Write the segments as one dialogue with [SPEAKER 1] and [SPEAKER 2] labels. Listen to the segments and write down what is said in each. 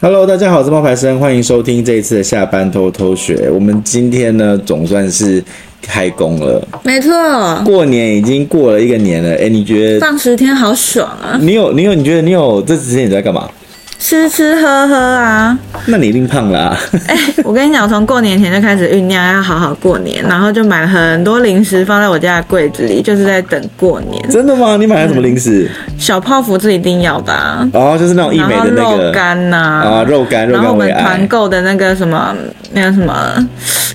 [SPEAKER 1] Hello，大家好，我是冒牌生，欢迎收听这一次的下班偷偷学。我们今天呢，总算是开工了。
[SPEAKER 2] 没错，
[SPEAKER 1] 过年已经过了一个年了，哎，你觉得
[SPEAKER 2] 放十天好爽啊！
[SPEAKER 1] 你有你有你觉得你有这之前你在干嘛？
[SPEAKER 2] 吃吃喝喝啊！
[SPEAKER 1] 那你一定胖啊啦、
[SPEAKER 2] 哎、我跟你讲，我从过年前就开始酝酿要好好过年，然后就买了很多零食放在我家的柜子里，就是在等过年。
[SPEAKER 1] 真的吗？你买了什么零食？
[SPEAKER 2] 小泡芙是一定要的、啊，
[SPEAKER 1] 哦，就是那种一
[SPEAKER 2] 然
[SPEAKER 1] 美
[SPEAKER 2] 后
[SPEAKER 1] 的那
[SPEAKER 2] 肉
[SPEAKER 1] 个
[SPEAKER 2] 干呐、
[SPEAKER 1] 啊，肉干肉
[SPEAKER 2] 然
[SPEAKER 1] 干
[SPEAKER 2] 后我
[SPEAKER 1] 我
[SPEAKER 2] 们
[SPEAKER 1] 也
[SPEAKER 2] 团
[SPEAKER 1] 爱。
[SPEAKER 2] 购的那个什么那个什么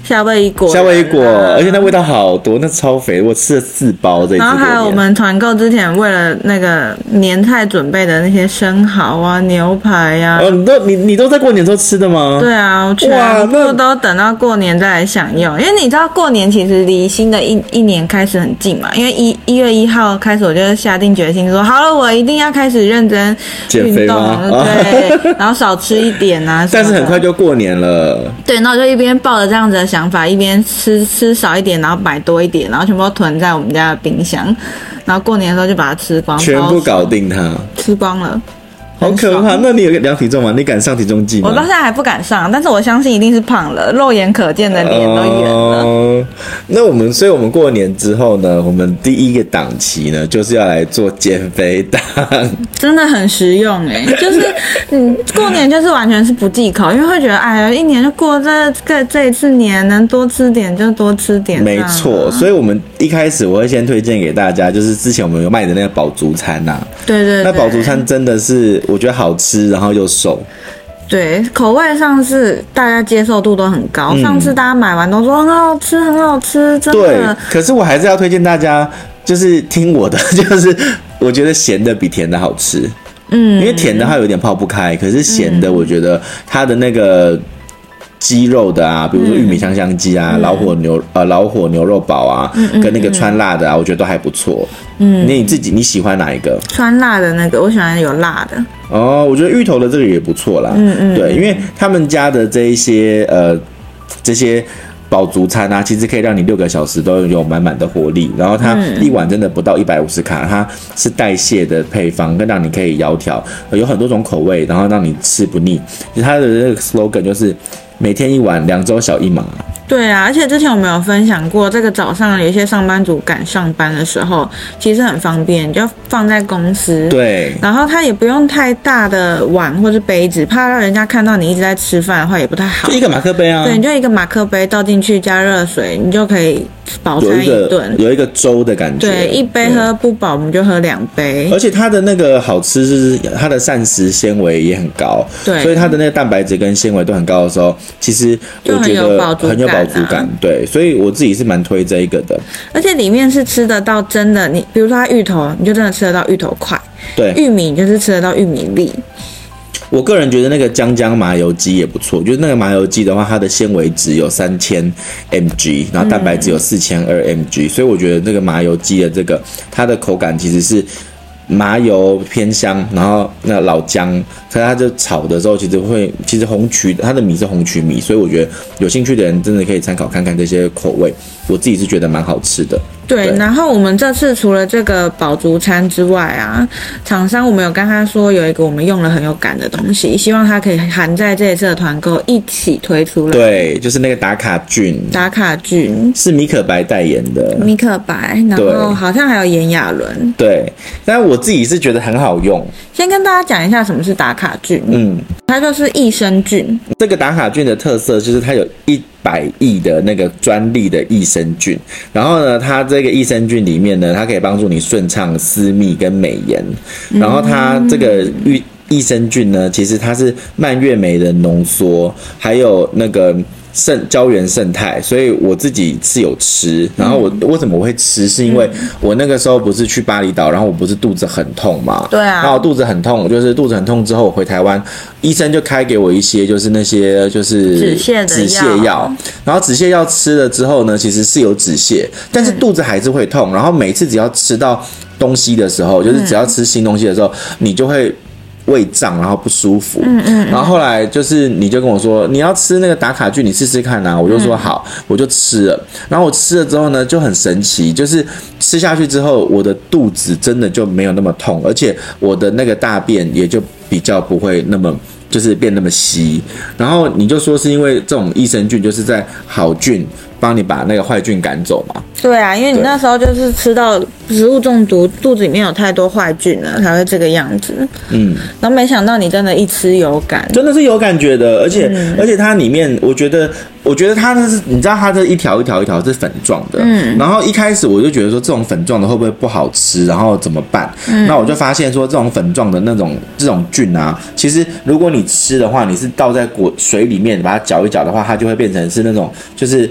[SPEAKER 2] 夏威夷果、啊
[SPEAKER 1] 夏威夷果，而且那味道好多，那超肥，我吃了四包这一次
[SPEAKER 2] 嗯然后
[SPEAKER 1] 过
[SPEAKER 2] 还
[SPEAKER 1] 年。
[SPEAKER 2] 有我们团购之前为了那个年菜准备的那些生蚝啊、牛排呀、
[SPEAKER 1] 哦，你都你你都在过年之后吃的吗？
[SPEAKER 2] 对啊，我
[SPEAKER 1] 嗯哇
[SPEAKER 2] 全
[SPEAKER 1] 那
[SPEAKER 2] 部都等到过年再来享用，因为你知道过年其实离新的一一年开始很近嘛，因为一一月一号开始我就下定决心说，好了，我一定要开始认真
[SPEAKER 1] 减肥
[SPEAKER 2] 运动
[SPEAKER 1] 吗，
[SPEAKER 2] 对， 然后少吃一点啊，
[SPEAKER 1] 但是很快
[SPEAKER 2] 就
[SPEAKER 1] 就过年了，
[SPEAKER 2] 对，那我就一边抱着这样子的想法，一边吃吃少一点，然后买多一点，然后全部都囤在我们家的冰箱，然后过年的时候就把它吃光，
[SPEAKER 1] 全
[SPEAKER 2] 包
[SPEAKER 1] 部搞定它，
[SPEAKER 2] 吃光了。
[SPEAKER 1] 好可
[SPEAKER 2] 很
[SPEAKER 1] 怕。
[SPEAKER 2] 爽
[SPEAKER 1] 那你有量体重吗？你敢上体重计吗？
[SPEAKER 2] 我到现在还不敢上，但是我相信一定是胖了，肉眼可见的脸都圆了。
[SPEAKER 1] 哦那我们，所以我们过年之后呢，我们第一个档期呢，就是要来做减肥 档。
[SPEAKER 2] 真的很实用哎、 就是你过年就是完全是不忌口，因为会觉得哎呀，一年就过这这这一次年，能多吃点就多吃点。啊
[SPEAKER 1] 没错，，所以我们一开始我会先推荐给大家，就是之前我们有卖的那个饱足餐呐、
[SPEAKER 2] 对对对，
[SPEAKER 1] 那饱足餐真的是我觉得好吃，然后又瘦。
[SPEAKER 2] 对口味上是大家接受度都很
[SPEAKER 1] 嗯
[SPEAKER 2] 高，上次大家买完都说很好吃，很好吃，真
[SPEAKER 1] 对
[SPEAKER 2] 的。，
[SPEAKER 1] 可是我还是要推荐大家，就是听我的， 就是我觉得咸的比甜的好吃。嗯，因为甜的它有点泡不开，可是咸的我觉得它的那个鸡肉的啊，比如说玉米香香鸡啊、老火牛呃老火牛肉堡啊，跟那个川辣的啊，我觉得都还不错。嗯，那你自己你喜欢哪一个？
[SPEAKER 2] 酸辣的那个，我喜欢有辣的。
[SPEAKER 1] 哦，我觉得芋头的这个也不错啦。嗯嗯，对，因为他们家的这一些呃这些饱足餐啊，其实可以让你六个小时都有满满的活力。然后它
[SPEAKER 2] 嗯
[SPEAKER 1] 一碗真的不到一百五十卡，它是代谢的配方，更让你可以窈窕，呃有很多种口味，然后让你吃不腻。它的那个 slogan 就是每天一碗，两周小一码。
[SPEAKER 2] 对啊，而且之前我们有分享过，这个早上有一些上班族赶上班的时候，其实很方便，你就放在公司。
[SPEAKER 1] 对，
[SPEAKER 2] 然后它也不用太大的碗或是杯子，怕让人家看到你一直在吃饭的话也不太好
[SPEAKER 1] 就。一个马克杯啊。
[SPEAKER 2] 对，你就一个马克杯倒进去加热水，你就可以饱
[SPEAKER 1] 有
[SPEAKER 2] 餐
[SPEAKER 1] 一
[SPEAKER 2] 一
[SPEAKER 1] 个
[SPEAKER 2] 顿。
[SPEAKER 1] 有一个粥的感觉，
[SPEAKER 2] 对，一杯
[SPEAKER 1] 对
[SPEAKER 2] 喝不饱，我们就喝两杯
[SPEAKER 1] 而。且它的那个好吃是它的膳食纤维也很高，
[SPEAKER 2] 对
[SPEAKER 1] 所以它的那个蛋白质跟纤维都很高的时候，其实我觉
[SPEAKER 2] 就很有
[SPEAKER 1] 得
[SPEAKER 2] 饱足感啊
[SPEAKER 1] 很有饱足感，对，所以我自己是蛮推这一个的，
[SPEAKER 2] 而且里面是吃得到真的，你比如说它芋头，你就真的吃得到芋头块；
[SPEAKER 1] 对
[SPEAKER 2] 玉米你就是吃得到玉米粒。
[SPEAKER 1] 我个人觉得那个江江麻油鸡也不错，就是那个麻油鸡的话，它的纤维值有三千 mg，然后蛋白质有四千二 mg，、所以我觉得那个麻油鸡的这个它的口感其实是。麻油偏香，然后那老姜，可是它就炒的时候，其实会，其实红曲它的米是红曲米，所以我觉得有兴趣的人真的可以参考看看这些口味，我自己是觉得蛮好吃的。
[SPEAKER 2] 对
[SPEAKER 1] 对，
[SPEAKER 2] 然后我们这次除了这个饱足餐之外啊，厂商我们有跟他说有一个我们用了很有感的东西，希望它可以含在这一次的团购一起推出来。
[SPEAKER 1] 对，就是那个打卡菌，
[SPEAKER 2] 打卡菌、
[SPEAKER 1] 是米可白代言的，
[SPEAKER 2] 米可白，然
[SPEAKER 1] 对
[SPEAKER 2] 后好像还有炎亚纶。
[SPEAKER 1] 对，但我自己是觉得很好用，
[SPEAKER 2] 先跟大家讲一下什么是打卡菌，
[SPEAKER 1] 嗯，
[SPEAKER 2] 它就是益生菌，
[SPEAKER 1] 这个打卡菌的特色就是它有一百亿的那个专利的益生菌，然后呢，它这个益生菌里面呢，它可以帮助你顺畅私密跟美颜，然后它这个益益生菌呢，其实它是蔓越莓的浓缩，还有那个。胜胶原胜肽，所以我自己是有吃。然后我为什么我会吃，是因为我那个时候不是去巴厘岛，然后我不是肚子很痛嘛，
[SPEAKER 2] 对啊
[SPEAKER 1] 然后肚子很痛，就是肚子很痛之后，我回台湾，医生就开给我一些就是那些就是
[SPEAKER 2] 止泻的
[SPEAKER 1] 止泻药
[SPEAKER 2] 药，
[SPEAKER 1] 然后止泻药吃了之后呢，其实是有止泻，但是肚子还是会痛。然后每次只要吃到东西的时候，就是只要吃新东西的时候，你就会。胃胀，然后不舒服，嗯嗯，然后后来就是你就跟我说你要吃那个打卡菌，你试试看啊呐、我就说好，我就吃了。然后我吃了之后呢，就很神奇，就是吃下去之后，我的肚子真的就没有那么痛，而且我的那个大便也就比较不会那么就是变那么稀。然后你就说是因为这种益生菌就是在好菌帮你把那个坏菌赶走嘛，
[SPEAKER 2] 对啊，因为你
[SPEAKER 1] 对
[SPEAKER 2] 那时候就是吃到食物中毒，肚子里面有太多坏菌了，才会这个样子。
[SPEAKER 1] 嗯。
[SPEAKER 2] 然后没想到你真的一吃有感，
[SPEAKER 1] 真的是有感觉的，而且、而且它里面，我觉得，我觉得它那是，你知道它这一条一条一条是粉状的，嗯，然后一开始我就觉得说这种粉状的会不会不好吃，然后怎么办？那我就发现说这种粉状的那种这种菌啊，其实如果你吃的话，你是倒在果水里面把它搅一搅的话，它就会变成是那种就是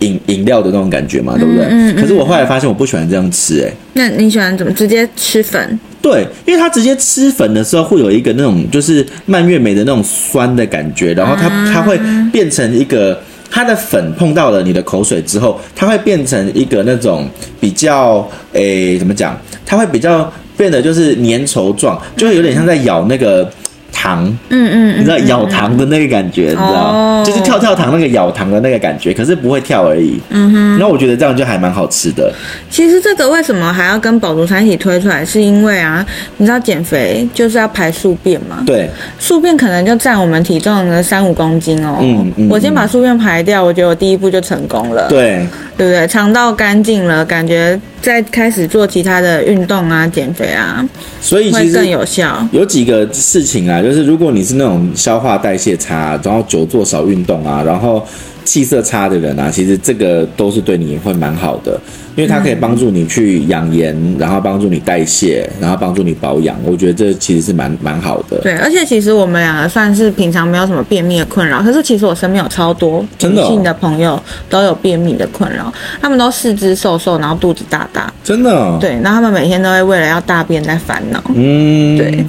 [SPEAKER 1] 饮饮料的那种感觉嘛，对不对？可是我后来发现我不喜欢这样吃、欸，哎。
[SPEAKER 2] 那你喜欢怎么直接吃粉？
[SPEAKER 1] 对，因为它直接吃粉的时候会有一个那种就是蔓越莓的那种酸的感觉，然后它、
[SPEAKER 2] 啊
[SPEAKER 1] 它会变成一个它的粉碰到了你的口水之后，它会变成一个那种比较诶怎么讲？它会比较变得就是粘稠状，就会有点像在咬那个糖。
[SPEAKER 2] 嗯嗯
[SPEAKER 1] 你知道咬糖的那个感觉，你知道，
[SPEAKER 2] 哦
[SPEAKER 1] 就是跳跳糖那个咬糖的那个感觉，可是不会跳而已。嗯哼，那我觉得这样就还蛮好吃的。
[SPEAKER 2] 其实这个为什么还要跟饱足餐一起推出来，是因为啊，你知道减肥就是要排宿便嘛，
[SPEAKER 1] 对，
[SPEAKER 2] 宿便可能就占我们体重的三五公斤哦。
[SPEAKER 1] 嗯嗯
[SPEAKER 2] 我先把宿便排掉，我觉得我第一步就成功了，
[SPEAKER 1] 对，
[SPEAKER 2] 对不对？肠道干净了，感觉再开始做其他的运动啊、减肥啊，
[SPEAKER 1] 所以其
[SPEAKER 2] 会
[SPEAKER 1] 实
[SPEAKER 2] 更有效。
[SPEAKER 1] 有几个事情啊，就是如果你是那种消化代谢差，啊然后久坐少运动啊，然后气色差的人啊，其实这个都是对你会蛮好的，因为它可以帮助你去养颜，然后帮助你代谢，然后帮助你保养。我觉得这其实是蛮蛮好的。
[SPEAKER 2] 对，而且其实我们两个算是平常没有什么便秘的困扰，可是其实我身边有超多
[SPEAKER 1] 真的哦
[SPEAKER 2] 女性的朋友都有便秘的困扰，他们都四肢瘦瘦，然后肚子大大，
[SPEAKER 1] 真的、哦，
[SPEAKER 2] 对，然后他们每天都会为了要大便在烦恼。
[SPEAKER 1] 嗯，
[SPEAKER 2] 对。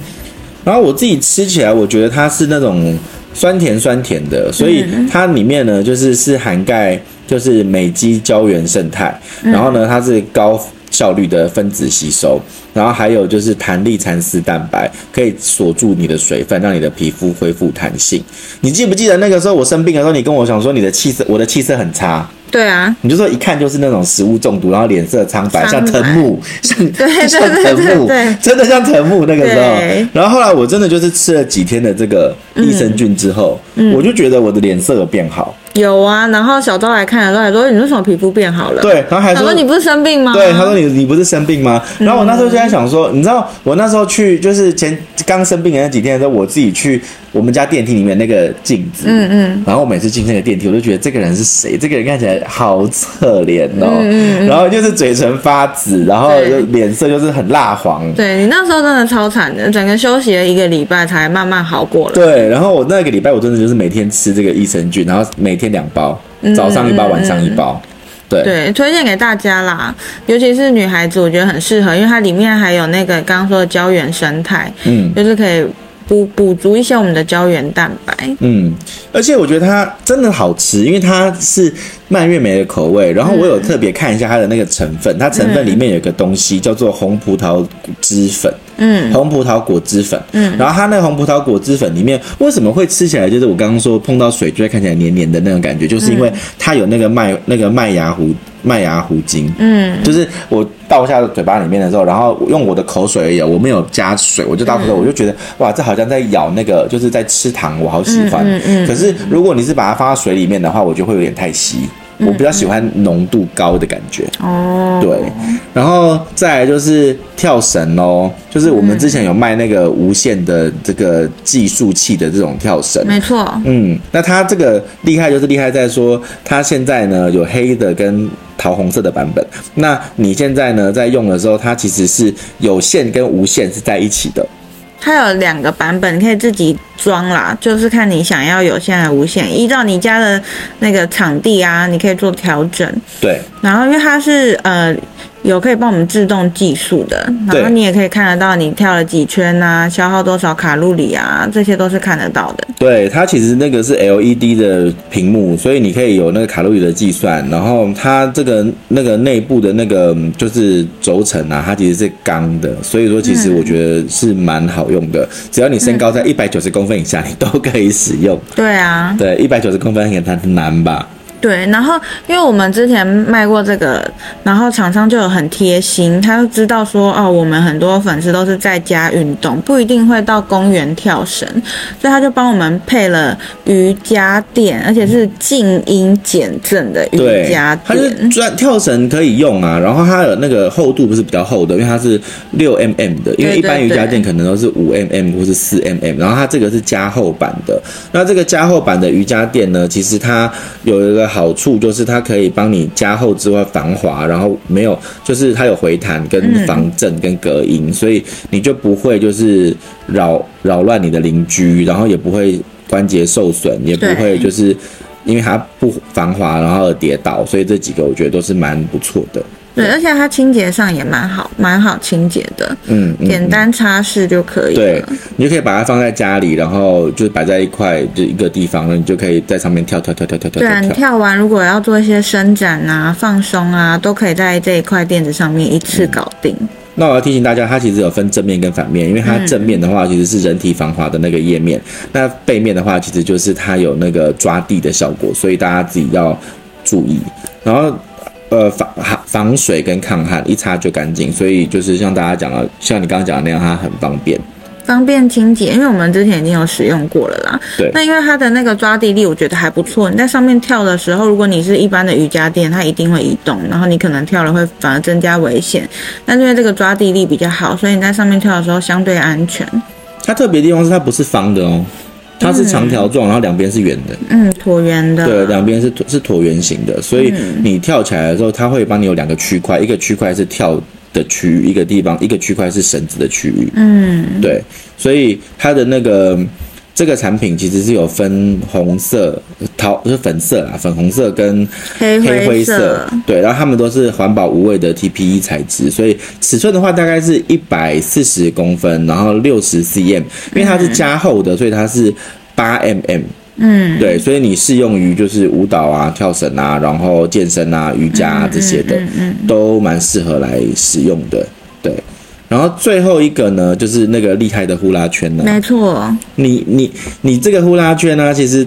[SPEAKER 1] 然后我自己吃起来，我觉得它是那种酸甜酸甜的，所以它里面呢就是是涵盖就是美肌胶原胜肽，然后呢它是高效率的分子吸收，然后还有就是弹力蚕丝蛋白，可以锁住你的水分，让你的皮肤恢复弹性。你记不记得那个时候我生病的时候，你跟我讲说你的气色，我的气色很差。
[SPEAKER 2] 对啊，
[SPEAKER 1] 你就说一看就是那种食物中毒，然后脸色苍白，
[SPEAKER 2] 苍
[SPEAKER 1] 像
[SPEAKER 2] 白
[SPEAKER 1] 藤 木，像
[SPEAKER 2] 对
[SPEAKER 1] 像藤木
[SPEAKER 2] 对对对，
[SPEAKER 1] 真的像藤木那个时候
[SPEAKER 2] 对。
[SPEAKER 1] 然后后来我真的就是吃了几天的这个益生菌之后，
[SPEAKER 2] 嗯
[SPEAKER 1] 我就觉得我的脸色有变好。
[SPEAKER 2] 有啊。然后小周来看了，都还说你为什么皮肤变好了？，
[SPEAKER 1] 对，然后还
[SPEAKER 2] 他说你不是生病吗？
[SPEAKER 1] 对，他说你你不是生病吗？然后我那时候就在想说，你知道我那时候去就是前刚生病的那几天的时候，我自己去我们家电梯里面那个镜子，嗯嗯，然后我每次进那个电梯，我就觉得这个人是谁？这个人看起来好侧脸哦，然后就是嘴唇发紫，然后
[SPEAKER 2] 对
[SPEAKER 1] 就脸色就是很蜡黄。
[SPEAKER 2] 对你那时候真的超惨的，整个休息了一个礼拜才慢慢好过了。
[SPEAKER 1] 对，然后我那个礼拜我真的就是每天吃这个益生菌，然后每天两包，早上一包，晚上一包。嗯对，
[SPEAKER 2] 对，推荐给大家啦，尤其是女孩子，我觉得很适合，因为它里面还有那个刚刚说的胶原生态，
[SPEAKER 1] 嗯，
[SPEAKER 2] 就是可以补补足一些我们的胶原蛋白。
[SPEAKER 1] 嗯，而且我觉得它真的好吃，因为它是蔓越莓的口味。然后我有特别看一下它的那个成分，它成分里面有一个东西叫做红葡萄汁粉，
[SPEAKER 2] 嗯，
[SPEAKER 1] 红葡萄果汁粉。嗯，然后它那个红葡萄果汁粉里面为什么会吃起来就是我刚刚说碰到水就会看起来黏黏的那种感觉，就是因为它有那个麦那个麦芽糊麦芽糊精。
[SPEAKER 2] 嗯，
[SPEAKER 1] 就是我倒下嘴巴里面的时候，然后用我的口水而已哦，我没有加水，我就倒口
[SPEAKER 2] 嗯
[SPEAKER 1] 水，我就觉得哇，这好像在咬那个，就是在吃糖，我好喜欢。
[SPEAKER 2] 嗯嗯嗯
[SPEAKER 1] 可是如果你是把它放到水里面的话，我就会有点太稀，我比较喜欢浓度高的感觉。
[SPEAKER 2] 嗯哦，
[SPEAKER 1] 对，然后再来就是跳绳喽，就是我们之前有卖那个无线的这个计数器的这种跳绳，
[SPEAKER 2] 没错，
[SPEAKER 1] 嗯，那它这个厉害就是厉害在说，它现在呢有黑的跟桃红色的版本。那你现在呢在用的时候，它其实是有线跟无线是在一起的。
[SPEAKER 2] 它有两个版本，可以自己装啦，就是看你想要有线还是无线，依照你家的那个场地啊，你可以做调整。
[SPEAKER 1] 对，
[SPEAKER 2] 然后因为它是呃有可以帮我们自动计数的，
[SPEAKER 1] 对
[SPEAKER 2] 然后你也可以看得到你跳了几圈啊，消耗多少卡路里啊，这些都是看得到的。
[SPEAKER 1] 对，它其实那个是 LED 的屏幕，所以你可以有那个卡路里的计算。然后它这个那个内部的那个嗯就是轴承啊，它其实是钢的，所以说其实我觉得是蛮好用的。只要你身高在
[SPEAKER 2] 嗯
[SPEAKER 1] 一百九十公分以下，你都可以使用。
[SPEAKER 2] 对啊，
[SPEAKER 1] 对，一百九十公分很难吧？
[SPEAKER 2] 对，然后因为我们之前卖过这个，然后厂商就有很贴心，他就知道说哦，我们很多粉丝都是在家运动，不一定会到公园跳绳，所以他就帮我们配了瑜伽垫，而且是静音减震的瑜
[SPEAKER 1] 对
[SPEAKER 2] 伽，
[SPEAKER 1] 它是
[SPEAKER 2] 垫。
[SPEAKER 1] 专跳绳可以用啊，然后它的那个厚度不是比较厚的，因为它是六 mm 的，因为
[SPEAKER 2] 对
[SPEAKER 1] 一般
[SPEAKER 2] 对
[SPEAKER 1] 瑜伽
[SPEAKER 2] 对
[SPEAKER 1] 垫可能都是五 mm 或是四 mm，然后它这个是加厚版的。那这个加厚版的瑜伽垫呢，其实它有一个好处就是它可以帮你加厚之外防滑，然后没有就是它有回弹跟防震跟隔音，所以你就不会就是扰扰乱你的邻居，然后也不会关节受损，也不
[SPEAKER 2] 对
[SPEAKER 1] 会就是。因为它不防滑，然后跌倒，所以这几个我觉得都是蛮不错的。
[SPEAKER 2] 对，而且它清洁上也蛮好，蛮好清洁的，
[SPEAKER 1] 嗯，嗯
[SPEAKER 2] 简单擦拭就可以
[SPEAKER 1] 对
[SPEAKER 2] 了。，
[SPEAKER 1] 你就可以把它放在家里，然后就是摆在一块就一个地方，然后你就可以在上面跳跳跳跳跳跳
[SPEAKER 2] 对啊，你
[SPEAKER 1] 跳跳。
[SPEAKER 2] 跳完如果要做一些伸展啊、放松啊，都可以在这一块垫子上面一
[SPEAKER 1] 嗯
[SPEAKER 2] 次搞定。
[SPEAKER 1] 那我要提醒大家，它其实有分正面跟反面，因为它正面的话其实是人体防滑的那个页面，那背面的话其实就是它有那个抓地的效果，所以大家自己要注意。然后呃防哈防水跟抗汗，一擦就干净，所以就是像大家讲的，像你刚刚讲的那样，它很方便。
[SPEAKER 2] 方便清洁，因为我们之前已经有使用过了啦。
[SPEAKER 1] 对
[SPEAKER 2] 那因为它的那个抓地力，我觉得还不错。你在上面跳的时候，如果你是一般的瑜伽垫，它一定会移动，然后你可能跳了会反而增加危险。但是因为这个抓地力比较好，所以你在上面跳的时候相对安全。
[SPEAKER 1] 它特别的地方是它不是方的哦，它是长条状，然后两边是圆的，
[SPEAKER 2] 嗯，椭圆的。嗯
[SPEAKER 1] 对，两边是椭是椭圆形的，所以你跳起来的时候，它会帮你有两个区块，一个区块是跳的区域，一个地方一个区块是绳子的区域，
[SPEAKER 2] 嗯，
[SPEAKER 1] 对，所以它的那个。这个产品其实是有分红色、桃就是粉色啊，粉红色跟
[SPEAKER 2] 黑
[SPEAKER 1] 黑
[SPEAKER 2] 灰
[SPEAKER 1] 灰色，对，然后它们都是环保无味的 TPE 材质，所以尺寸的话大概是一百四十公分，然后六十 cm，因为它是加厚的，所以它是八 mm，
[SPEAKER 2] 嗯，
[SPEAKER 1] 对，所以你适用于就是舞蹈啊、跳绳啊，然后健身啊、瑜伽、啊、这些
[SPEAKER 2] 嗯
[SPEAKER 1] 的，都蛮适合来使用的，对。然后最后一个呢，就是那个厉害的呼啦圈呢，
[SPEAKER 2] 没错。
[SPEAKER 1] 你你你这个呼啦圈呢、其实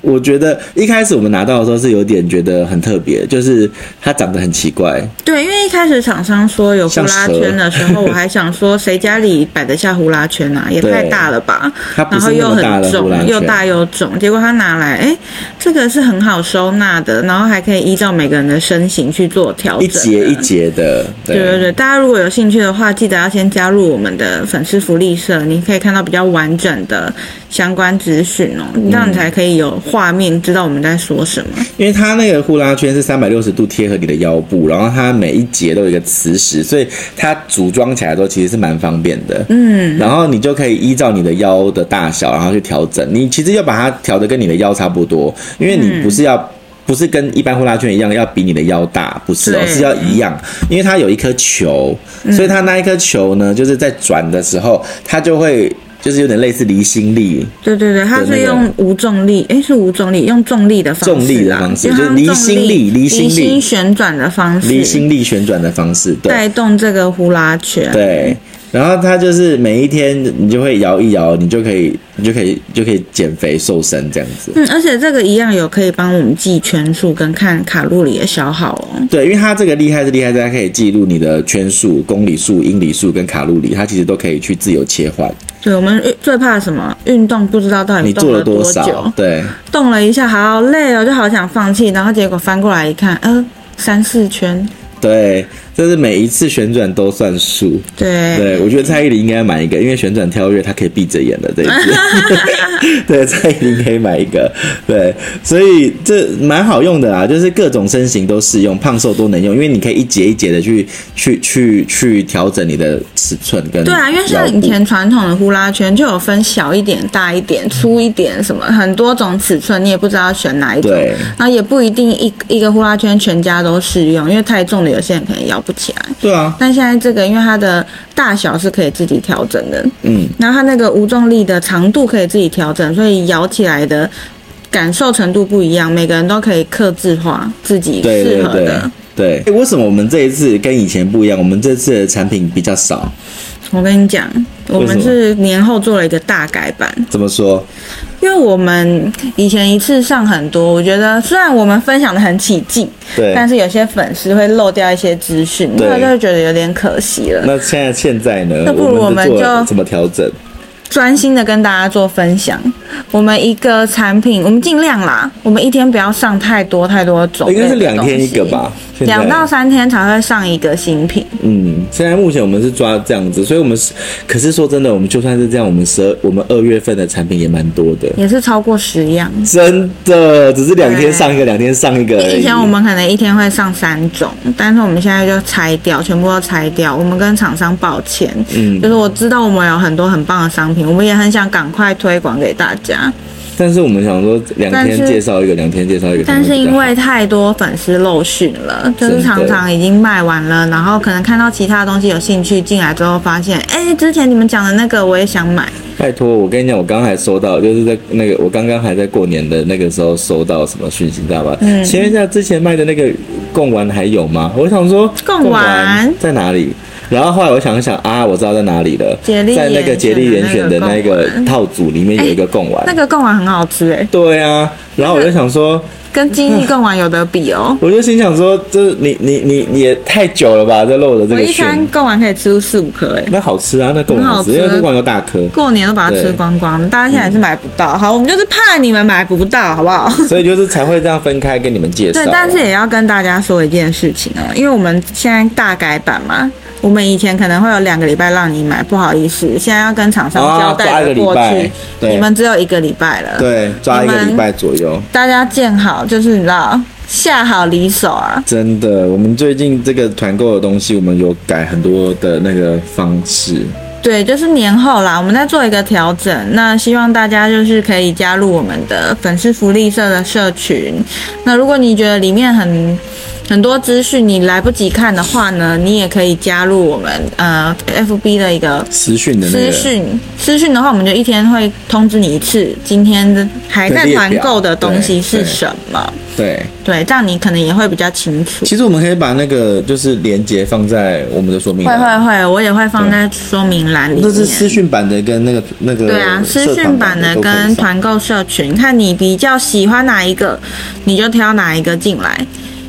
[SPEAKER 1] 我觉得一开始我们拿到的时候是有点觉得很特别，就是它长得很奇怪，
[SPEAKER 2] 对，因为一开始厂商说有呼
[SPEAKER 1] 像
[SPEAKER 2] 啦
[SPEAKER 1] 蛇
[SPEAKER 2] 圈的时候，我还想说谁家里摆得下呼啦圈啊？也
[SPEAKER 1] 对
[SPEAKER 2] 太大了吧！
[SPEAKER 1] 它不
[SPEAKER 2] 然后
[SPEAKER 1] 是那
[SPEAKER 2] 又
[SPEAKER 1] 么大
[SPEAKER 2] 很
[SPEAKER 1] 的呼啦
[SPEAKER 2] 重，又
[SPEAKER 1] 圈。
[SPEAKER 2] 大又重，结果他拿来，哎，这个是很好收纳的，然后还可以依照每个人的身形去做调整。
[SPEAKER 1] 一节一。节的，对
[SPEAKER 2] 对对对，大家如果有兴趣的话，记得要先加入我们的粉丝福利社，你可以看到比较完整的相关资讯哦，
[SPEAKER 1] 嗯
[SPEAKER 2] 这样你才可以有画面知道我们在说什么。
[SPEAKER 1] 因为它那个呼啦圈是三百六十度贴合你的腰部，然后它每一节都有一个磁石，所以它组装起来之后其实是蛮方便的。嗯，然后你就可以依照你的腰的大小，然后去调整。你其实要把它调的跟你的腰差不多，因为你不是要。不是跟一般呼啦圈一样要比你的腰大，不是哦，
[SPEAKER 2] 对
[SPEAKER 1] 是要一样，因为它有一颗球，所以它那一颗球呢，就是在转的时候，它就会就是有点类似离心力，
[SPEAKER 2] 对对对，它
[SPEAKER 1] 对那
[SPEAKER 2] 是
[SPEAKER 1] 个
[SPEAKER 2] 用无重力，诶，是无重力，用重力的方式啊，
[SPEAKER 1] 重力的方式
[SPEAKER 2] 因为它
[SPEAKER 1] 就是离
[SPEAKER 2] 用
[SPEAKER 1] 心
[SPEAKER 2] 重
[SPEAKER 1] 力离
[SPEAKER 2] 离
[SPEAKER 1] 心力
[SPEAKER 2] 心旋转的方式，
[SPEAKER 1] 离心力旋转的方式，对，
[SPEAKER 2] 带动这个呼啦圈。
[SPEAKER 1] 对，然后它就是每一天你就会摇一摇，你就可以，你就可以，就可以减肥瘦身这样子。
[SPEAKER 2] 嗯，而且这个一样有可以帮我们记圈数跟看卡路里的消耗哦。
[SPEAKER 1] 对，因为它这个厉害是厉害在它可以记录你的圈数、公里数、英里数跟卡路里，它其实都可以去自由切换。
[SPEAKER 2] 对，我们运最怕什么？运动不知道到底
[SPEAKER 1] 你
[SPEAKER 2] 动
[SPEAKER 1] 做了
[SPEAKER 2] 多
[SPEAKER 1] 少
[SPEAKER 2] 久？，
[SPEAKER 1] 对，
[SPEAKER 2] 动了一下，好累哦，就好想放弃，然后结果翻过来一看，呃，三四圈。
[SPEAKER 1] 对，就是每一次旋转都算数。
[SPEAKER 2] 对，
[SPEAKER 1] 对，我觉得蔡依林应该要买一个，因为旋转跳跃她可以闭着眼的这一次。 对，蔡依林可以买一个，对，所以这蛮好用的啊，就是各种身形都适用，胖瘦都能用，因为你可以一节一节的去去去去调整你的尺寸跟
[SPEAKER 2] 对啊，因为像
[SPEAKER 1] 腰
[SPEAKER 2] 以
[SPEAKER 1] 部
[SPEAKER 2] 前传统的呼啦圈就有分小一点、大一点、粗一点什么，很多种尺寸，你也不知道选哪一种
[SPEAKER 1] 对，
[SPEAKER 2] 然后也不一定一一个呼啦圈全家都适用，因为太重的有些人可能摇不起来。
[SPEAKER 1] 对啊，
[SPEAKER 2] 但现在这个，因为它的大小是可以自己调整的，
[SPEAKER 1] 嗯，
[SPEAKER 2] 然后它那个无重力的长度可以自己调整，所以摇起来的感受程度不一样，每个人都可以克制化自己
[SPEAKER 1] 对对
[SPEAKER 2] 适合
[SPEAKER 1] 对
[SPEAKER 2] 的。
[SPEAKER 1] 对。诶为什么我们这一次跟以前不一样？我们这次的产品比较少，
[SPEAKER 2] 我跟你讲，我
[SPEAKER 1] 为什
[SPEAKER 2] 们
[SPEAKER 1] 么
[SPEAKER 2] 是年后做了一个大改版，
[SPEAKER 1] 怎么说？
[SPEAKER 2] 因为我们以前一次上很多，我觉得虽然我们分享的很起劲，
[SPEAKER 1] 对，
[SPEAKER 2] 但是有些粉丝会漏掉一些资讯，
[SPEAKER 1] 对
[SPEAKER 2] 那就会觉得有点可惜了。
[SPEAKER 1] 那现在现在呢？
[SPEAKER 2] 那不如
[SPEAKER 1] 我
[SPEAKER 2] 我们
[SPEAKER 1] 做了
[SPEAKER 2] 就
[SPEAKER 1] 怎么调整？
[SPEAKER 2] 专心的跟大家做分享，我们一个产品，我们尽量啦，我们一天不要上太多太多种类
[SPEAKER 1] 应
[SPEAKER 2] 的
[SPEAKER 1] 该
[SPEAKER 2] 东西，
[SPEAKER 1] 是两天一个吧，现在
[SPEAKER 2] 两到三天才会上一个新品。
[SPEAKER 1] 嗯，现在目前我们是抓这样子，所以我们是，可是说真的，我们就算是这样，我们十二我们二月份的产品也蛮多的，
[SPEAKER 2] 也是超过十样。
[SPEAKER 1] 真的，只是两天上一个，两天上一个而已。
[SPEAKER 2] 以前我们可能一天会上三种，但是我们现在就拆掉，全部都拆掉。我们跟厂商抱歉，
[SPEAKER 1] 嗯
[SPEAKER 2] 就是我知道我们有很多很棒的商品，我们也很想赶快推广给大家，
[SPEAKER 1] 但是我们想说两天
[SPEAKER 2] 但是
[SPEAKER 1] 介绍一个，两天介绍一个，
[SPEAKER 2] 但是
[SPEAKER 1] 这样
[SPEAKER 2] 因
[SPEAKER 1] 比较好
[SPEAKER 2] 为太多粉丝漏讯了，就是
[SPEAKER 1] 真的
[SPEAKER 2] 常常已经卖完了，然后可能看到其他东西有兴趣进来之后，发现，哎、之前你们讲的那个我也想买，
[SPEAKER 1] 拜托，我跟你讲，我刚刚还收到，就是在那个我刚刚还在过年的那个时候收到什么讯息，你知道吧？嗯，请问一下，之前卖的那个贡丸还有吗？我想说
[SPEAKER 2] 贡丸
[SPEAKER 1] 在哪里？然后后来我想一想啊，我知道在哪里了，
[SPEAKER 2] 竭力
[SPEAKER 1] 在那个
[SPEAKER 2] 严选
[SPEAKER 1] 竭力
[SPEAKER 2] 的
[SPEAKER 1] 严
[SPEAKER 2] 那
[SPEAKER 1] 选的
[SPEAKER 2] 个
[SPEAKER 1] 那个
[SPEAKER 2] 贡丸
[SPEAKER 1] 套组里面有一个贡丸。
[SPEAKER 2] 那个贡丸很好吃、哎，
[SPEAKER 1] 对啊，然后我就想说，
[SPEAKER 2] 跟金逸贡丸有得比哦。
[SPEAKER 1] 我就心想说，这你你你你也太久了吧，这漏 的这
[SPEAKER 2] 我
[SPEAKER 1] 个
[SPEAKER 2] 一餐
[SPEAKER 1] 馅，
[SPEAKER 2] 贡丸可以吃出四五颗，哎，
[SPEAKER 1] 那好吃啊，那贡丸好吃，
[SPEAKER 2] 很好吃
[SPEAKER 1] 因为贡丸又大颗，
[SPEAKER 2] 过年都把它吃光光，大家现在还是买不到。好，我们就是怕你们买不到，好不好？
[SPEAKER 1] 所以就是才会这样分开跟你们介绍。
[SPEAKER 2] 对，但是也要跟大家说一件事情哦，因为我们现在大改版嘛，我们以前可能会有两个礼拜让你买，不好意思，现在要跟厂商交
[SPEAKER 1] 啊抓
[SPEAKER 2] 代
[SPEAKER 1] 一个
[SPEAKER 2] 的
[SPEAKER 1] 礼
[SPEAKER 2] 过
[SPEAKER 1] 拜
[SPEAKER 2] 去，
[SPEAKER 1] 对
[SPEAKER 2] 你们只有一个礼拜了。，
[SPEAKER 1] 对，抓一个礼拜左右。
[SPEAKER 2] 大家见好，就是你知道下好离手啊。
[SPEAKER 1] 真的，我们最近这个团购的东西，我们有改很多的那个方式。
[SPEAKER 2] 对，就是年后啦，我们再做一个调整。那希望大家就是可以加入我们的粉丝福利社的社群。那如果你觉得里面很很多资讯你来不及看的话呢，你也可以加入我们呃 FB 的一个
[SPEAKER 1] 私讯的那
[SPEAKER 2] 私
[SPEAKER 1] 个，
[SPEAKER 2] 讯。私讯的话，我们就一天会通知你一次，今天的还在团购的东西是什么。
[SPEAKER 1] 对，
[SPEAKER 2] 对，这样你可能也会比较清楚。
[SPEAKER 1] 其实我们可以把那个就是连接放在我们的说明
[SPEAKER 2] 会
[SPEAKER 1] 栏。
[SPEAKER 2] 会会，我也会放在说明栏里面。
[SPEAKER 1] 这是私讯版的跟那个那个
[SPEAKER 2] 对啊，私
[SPEAKER 1] 社
[SPEAKER 2] 讯
[SPEAKER 1] 团
[SPEAKER 2] 版的
[SPEAKER 1] 都可以
[SPEAKER 2] 跟
[SPEAKER 1] 上
[SPEAKER 2] 团购社群，看你比较喜欢哪一个，你就挑哪一个进来。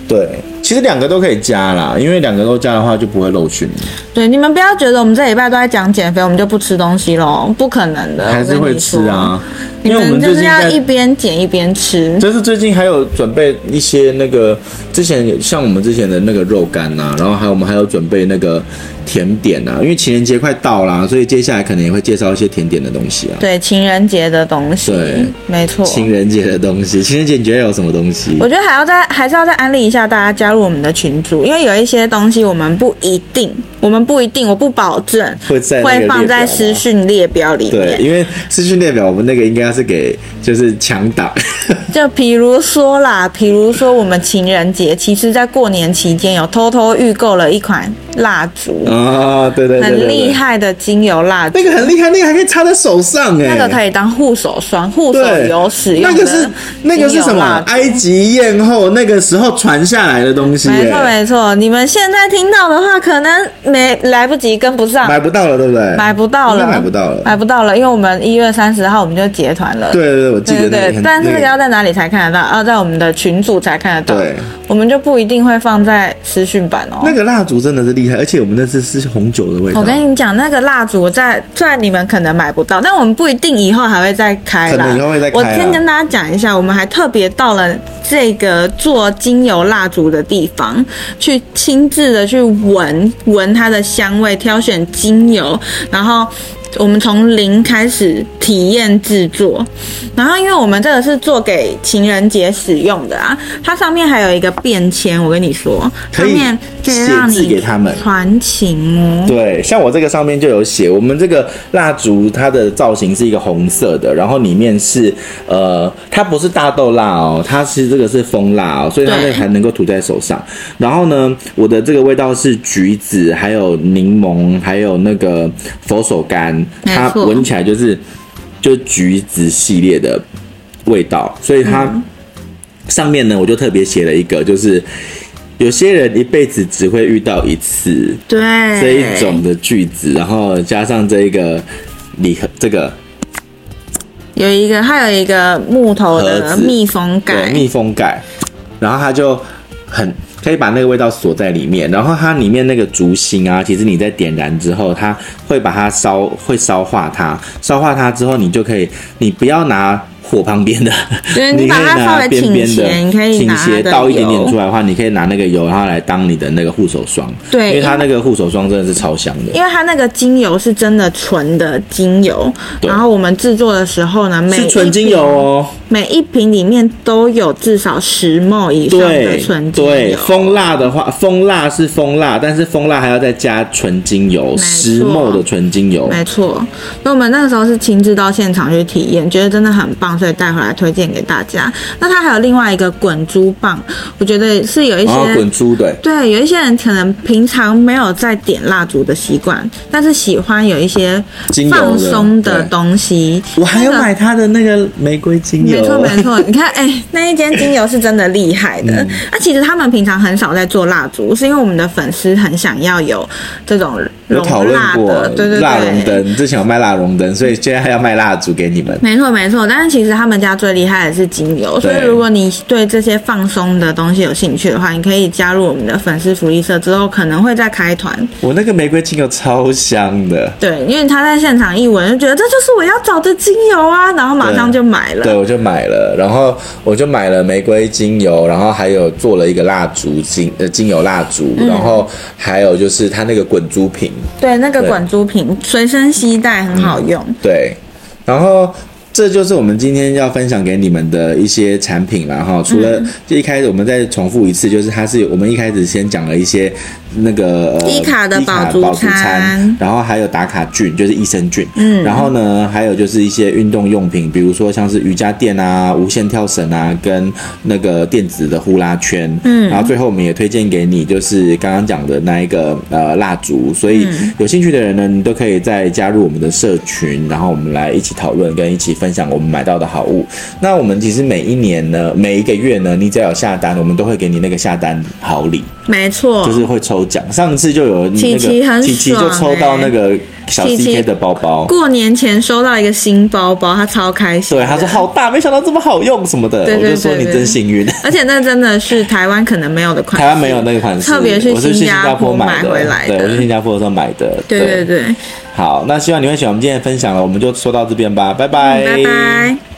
[SPEAKER 1] 对，其实两个都可以加啦，因为两个都加的话就不会漏讯，
[SPEAKER 2] 对，你们不要觉得我们这礼拜都在讲减肥，我们就不吃东西喽，不可能的。
[SPEAKER 1] 还是
[SPEAKER 2] 呃我跟
[SPEAKER 1] 会
[SPEAKER 2] 你
[SPEAKER 1] 吃啊。
[SPEAKER 2] 说。
[SPEAKER 1] 因为我
[SPEAKER 2] 你们
[SPEAKER 1] 最
[SPEAKER 2] 就
[SPEAKER 1] 近
[SPEAKER 2] 是要
[SPEAKER 1] 在
[SPEAKER 2] 一边减一边 吃，
[SPEAKER 1] 就是最近还有准备一些那个，之前有像我们之前的那个肉干呐、然后还有我们还有准备那个甜点啊呐、因为情人节快到啦，所以接下来可能也会介绍一些甜点的东西啊，
[SPEAKER 2] 对情人节的东西
[SPEAKER 1] 对，
[SPEAKER 2] 没错。
[SPEAKER 1] 情人节的东西。情人节你觉得有什么东西
[SPEAKER 2] 哦我？觉得还要再还是要再安利一下大家加入我们的群组，因为有一些东西我们不一定，我们不一定，我不保证
[SPEAKER 1] 会在那个
[SPEAKER 2] 会放
[SPEAKER 1] 列表
[SPEAKER 2] 在
[SPEAKER 1] 吗
[SPEAKER 2] 私讯列表里面
[SPEAKER 1] 对，。因为资讯列表我们那个应该是给就是强 打，
[SPEAKER 2] 就比如说啦，比如说我们情人节，其实在过年期间有偷偷预购了一款蜡烛，
[SPEAKER 1] 啊，对对对对
[SPEAKER 2] 很厉
[SPEAKER 1] 对，
[SPEAKER 2] 害的精油蜡烛
[SPEAKER 1] 那。个很厉害，那个还可以插在手上哎、
[SPEAKER 2] 那个可以当护手霜、护手
[SPEAKER 1] 对，
[SPEAKER 2] 油使用
[SPEAKER 1] 那
[SPEAKER 2] 的
[SPEAKER 1] 个是那个是什
[SPEAKER 2] 精油
[SPEAKER 1] 么
[SPEAKER 2] 蜡？烛
[SPEAKER 1] 埃及艳后那个时候传下来的东西、哎
[SPEAKER 2] 没错没错，你们现在听到的话，可能没来不及跟不上，
[SPEAKER 1] 买不到了，对不对？
[SPEAKER 2] 啊买不到
[SPEAKER 1] 应
[SPEAKER 2] 了，
[SPEAKER 1] 该买不到了。
[SPEAKER 2] 买不到了，因为我们一月三十号我们就结团了。
[SPEAKER 1] 对对对，我记得那
[SPEAKER 2] 对对
[SPEAKER 1] 个
[SPEAKER 2] 对，
[SPEAKER 1] 很。
[SPEAKER 2] 但是
[SPEAKER 1] 那
[SPEAKER 2] 这个要在哪里才看得到？要啊在我们的群组才看得到。
[SPEAKER 1] 对，
[SPEAKER 2] 我们就不一定会放在私讯版哦。
[SPEAKER 1] 那个蜡烛真的是厉害，而且我们那次是红酒的味道，
[SPEAKER 2] 我跟你讲，那个蜡烛在虽然你们可能买不到，但我们不一定以后还会再开啦。
[SPEAKER 1] 可能以后会再开啦
[SPEAKER 2] 我先跟大家讲一下，我们还特别到了这个做精油蜡烛的地方，去亲自的去闻闻它的香味，挑选精油，然后。我们从零开始体验制作，然后因为我们这个是做给情人节使用的啊，它上面还有一个便签，我跟你说，
[SPEAKER 1] 可
[SPEAKER 2] 上
[SPEAKER 1] 以
[SPEAKER 2] 面可以让
[SPEAKER 1] 写字
[SPEAKER 2] 你
[SPEAKER 1] 给他们
[SPEAKER 2] 传情哦。
[SPEAKER 1] 对，像我这个上面就有写，我们这个蜡烛它的造型是一个红色的，然后里面是呃，它不是大豆蜡哦，它是这个是蜂蜡哦，所以它那
[SPEAKER 2] 对
[SPEAKER 1] 还能够涂在手上。然后呢，我的这个味道是橘子，还有柠檬，还有那个佛手柑，
[SPEAKER 2] 没
[SPEAKER 1] 它
[SPEAKER 2] 错
[SPEAKER 1] 闻起来就是就橘子系列的味道，所以它上面呢我就特别写了一个，就是有些人一辈子只会遇到一次。
[SPEAKER 2] 对，
[SPEAKER 1] 这一种的句子，然后加上这一个礼盒，这个
[SPEAKER 2] 有一个它有一个木头
[SPEAKER 1] 盒
[SPEAKER 2] 的
[SPEAKER 1] 子
[SPEAKER 2] 密封盖
[SPEAKER 1] 对，，呃密封盖，然后它就很可以把那个味道锁在里面，然后它里面那个竹芯啊，其实你在点燃之后，它会把它烧，会烧化它，烧化它之后，你就可以，你不要拿。火旁边的，
[SPEAKER 2] 对
[SPEAKER 1] 你
[SPEAKER 2] 你
[SPEAKER 1] 可
[SPEAKER 2] 把
[SPEAKER 1] 以
[SPEAKER 2] 它稍
[SPEAKER 1] 拿
[SPEAKER 2] 微
[SPEAKER 1] 边
[SPEAKER 2] 倾
[SPEAKER 1] 边的
[SPEAKER 2] 斜你可以
[SPEAKER 1] 倾
[SPEAKER 2] 拿
[SPEAKER 1] 斜
[SPEAKER 2] 它的
[SPEAKER 1] 倒一点点
[SPEAKER 2] 油
[SPEAKER 1] 出来的话，你可以拿那个油，然后来当你的那个护手霜。
[SPEAKER 2] 对
[SPEAKER 1] 因为它
[SPEAKER 2] 因
[SPEAKER 1] 那个护手霜真的是超香的，
[SPEAKER 2] 因为它那个精油是真的纯的精油，
[SPEAKER 1] 对
[SPEAKER 2] 然后我们制作的时候呢，每
[SPEAKER 1] 是
[SPEAKER 2] 一
[SPEAKER 1] 纯精油
[SPEAKER 2] 瓶
[SPEAKER 1] 哦。
[SPEAKER 2] 每一瓶里面都有至少十沫以上的
[SPEAKER 1] 对
[SPEAKER 2] 纯精油。
[SPEAKER 1] 对，蜂蜡的话，蜂蜡是蜂蜡，但是蜂蜡还要再加纯精油，
[SPEAKER 2] 错
[SPEAKER 1] 石墨的纯精油。
[SPEAKER 2] 没错，那我们那个时候是亲自到现场去体验，觉得真的很棒，所以带回来推荐给大家。那它还有另外一个滚珠棒，我觉得是有一些、
[SPEAKER 1] 然后滚珠，对，
[SPEAKER 2] 对，有一些人可能平常没有在点蜡烛的习惯，但是喜欢有一些
[SPEAKER 1] 精油的
[SPEAKER 2] 放松的
[SPEAKER 1] 对
[SPEAKER 2] 东西。
[SPEAKER 1] 我还有
[SPEAKER 2] 那个
[SPEAKER 1] 买它的那个玫瑰精油。
[SPEAKER 2] 没错没错，你看，哎、那一间精油是真的厉害的。那、
[SPEAKER 1] 嗯
[SPEAKER 2] 啊其实他们平常很少在做蜡烛，是因为我们的粉丝很想要有这种
[SPEAKER 1] 有
[SPEAKER 2] 融
[SPEAKER 1] 讨论
[SPEAKER 2] 蜡
[SPEAKER 1] 过
[SPEAKER 2] 的，对对
[SPEAKER 1] 蜡熔
[SPEAKER 2] 对。
[SPEAKER 1] 灯，之前有卖蜡熔灯，所以现在还要卖蜡烛给你们。
[SPEAKER 2] 没错没错，但是其实他们家最厉害的是精油，所以
[SPEAKER 1] 对
[SPEAKER 2] 如果你对这些放松的东西有兴趣的话，你可以加入我们的粉丝福利社，之后可能会再开团。
[SPEAKER 1] 我那个玫瑰精油超香的，
[SPEAKER 2] 对，因为他在现场一闻就觉得这就是我要找的精油啊，然后马上就买了。
[SPEAKER 1] 对，我就买了，然后我就买了玫瑰精油，然后还有做了一个蜡烛精呃精油蜡烛，
[SPEAKER 2] 嗯
[SPEAKER 1] 然后还有就是它那个滚珠瓶，
[SPEAKER 2] 对，那个
[SPEAKER 1] 对
[SPEAKER 2] 滚珠瓶随身携带很好用。
[SPEAKER 1] 对，然后这就是我们今天要分享给你们的一些产品了哈。除
[SPEAKER 2] 嗯
[SPEAKER 1] 了就一开始我们再重复一次，就是它是有我们一开始先讲了一些那个呃
[SPEAKER 2] 低卡的
[SPEAKER 1] 低卡
[SPEAKER 2] 饱足
[SPEAKER 1] 饱足餐
[SPEAKER 2] 餐，
[SPEAKER 1] 然后还有打卡菌，就是益生菌，嗯，然后呢还有就是一些运动用品，比如说像是瑜伽垫啊、无线跳绳啊，跟那个电子的呼啦圈，嗯，然后最后我们也推荐给你，就是刚刚讲的那一个呃蜡烛，所以有兴趣的人呢，你都可以再加入我们的社群，然后我们来一起讨论跟一起分享我们买到的好物。那我们其实每一年呢，每一个月呢，你只要有下单，我们都会给你那个下单好礼。
[SPEAKER 2] 没错，
[SPEAKER 1] 就是会抽奖。上次就有那个
[SPEAKER 2] 琪琪很
[SPEAKER 1] 琪琪就
[SPEAKER 2] 爽
[SPEAKER 1] 抽到
[SPEAKER 2] 欸
[SPEAKER 1] 那个小
[SPEAKER 2] 琪琪
[SPEAKER 1] CK 的包包，
[SPEAKER 2] 过年前收到一个新包包，他超开心。
[SPEAKER 1] 对，他说。好大，没想到这么好用什么的，
[SPEAKER 2] 对对
[SPEAKER 1] 我就说
[SPEAKER 2] 对
[SPEAKER 1] 你
[SPEAKER 2] 对
[SPEAKER 1] 真幸运。
[SPEAKER 2] 而且那真的是台湾可能没有的款式，
[SPEAKER 1] 台湾没有那个款式，
[SPEAKER 2] 特别是
[SPEAKER 1] 我是去
[SPEAKER 2] 新
[SPEAKER 1] 新加
[SPEAKER 2] 加
[SPEAKER 1] 坡
[SPEAKER 2] 坡
[SPEAKER 1] 买
[SPEAKER 2] 买回来
[SPEAKER 1] 对，
[SPEAKER 2] 的
[SPEAKER 1] 我去新加坡的时候买的。
[SPEAKER 2] 对对对，
[SPEAKER 1] 好，那希望你会喜欢我们今天的分享了，我们就说到这边吧，拜拜，
[SPEAKER 2] 嗯拜拜。